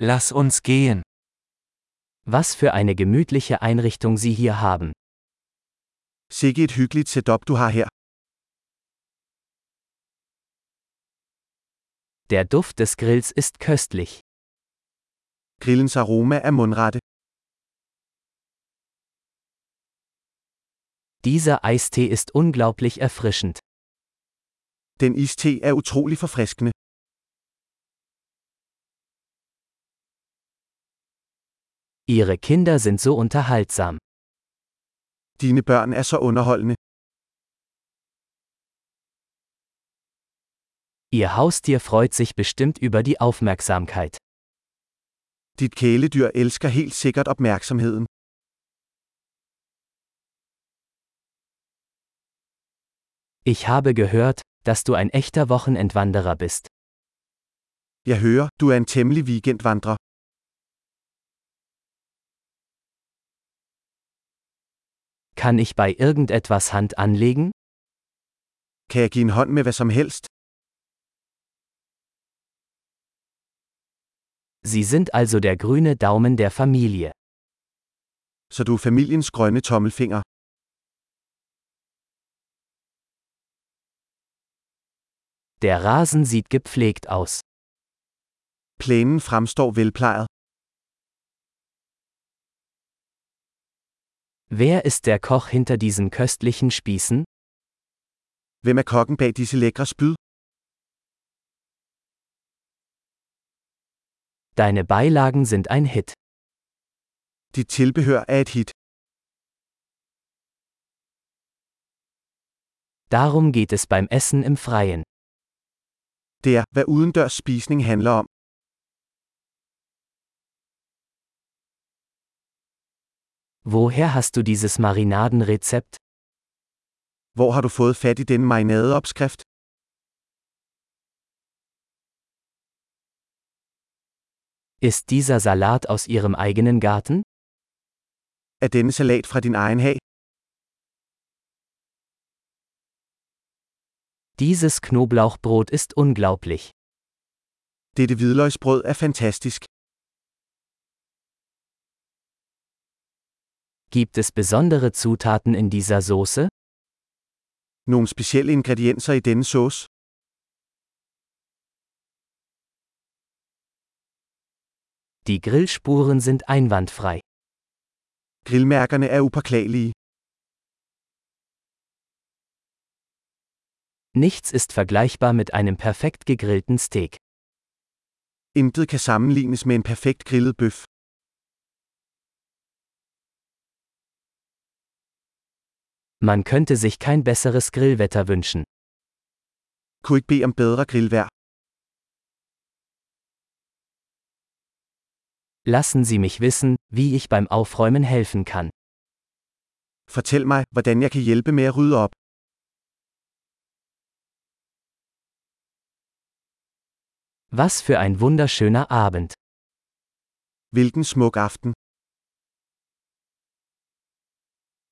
Lass uns gehen. Was für eine gemütliche Einrichtung Sie hier haben. Sikke et hyggeligt setup du har her. Der Duft des Grills ist köstlich. Grillens aroma er mundrette. Dieser Eistee ist unglaublich erfrischend. Den iste er utrolig forfriskende. Ihre Kinder sind so unterhaltsam. Dine børn er så underholdende. Ihr Haustier freut sich bestimmt über die Aufmerksamkeit. Dit kæledyr elsker helt sikkert opmærksomheden. Ich habe gehört, dass du ein echter Wochenendwanderer bist. Jeg hører, du er en temmelig weekendvandrer. Kann ich bei irgendetwas Hand anlegen? Kan jeg give en hånd med hvad som helst? Sie sind also der grüne Daumen der Familie. Så du er familiens grønne tommelfinger. Der Rasen sieht gepflegt aus. Plænen fremstår velplejet. Wer ist der Koch hinter diesen köstlichen Spießen? Hvem er kokken bag disse lækre spyd? Deine Beilagen sind ein Hit. Dit tilbehør er et hit. Darum geht es beim Essen im Freien. Det er, hvad udendørs spisning handler om. Woher hast du dieses Marinadenrezept? Hvor har du fået fat i denne marinadeopskrift? Ist dieser Salat aus Ihrem eigenen Garten? Er denne salat fra din egen hag? Dieses Knoblauchbrot ist unglaublich. Dette hvidløgsbrød er fantastisk. Gibt es besondere Zutaten in dieser Soße? Nogle specielle ingredienser i denne sauce? Die Grillspuren sind einwandfrei. Grillmærkerne er upåklagelige. Nichts ist vergleichbar mit einem perfekt gegrillten Steak. Intet kan sammenlignes med en perfekt grillet bøf. Man könnte sich kein besseres Grillwetter wünschen. Kunne ikke bede om bedre grillvejr. Lassen Sie mich wissen, wie ich beim Aufräumen helfen kann. Fortæl mig, hvordan jeg kan hjælpe med at rydde op. Was für ein wunderschöner Abend. Hvilken smuk aften.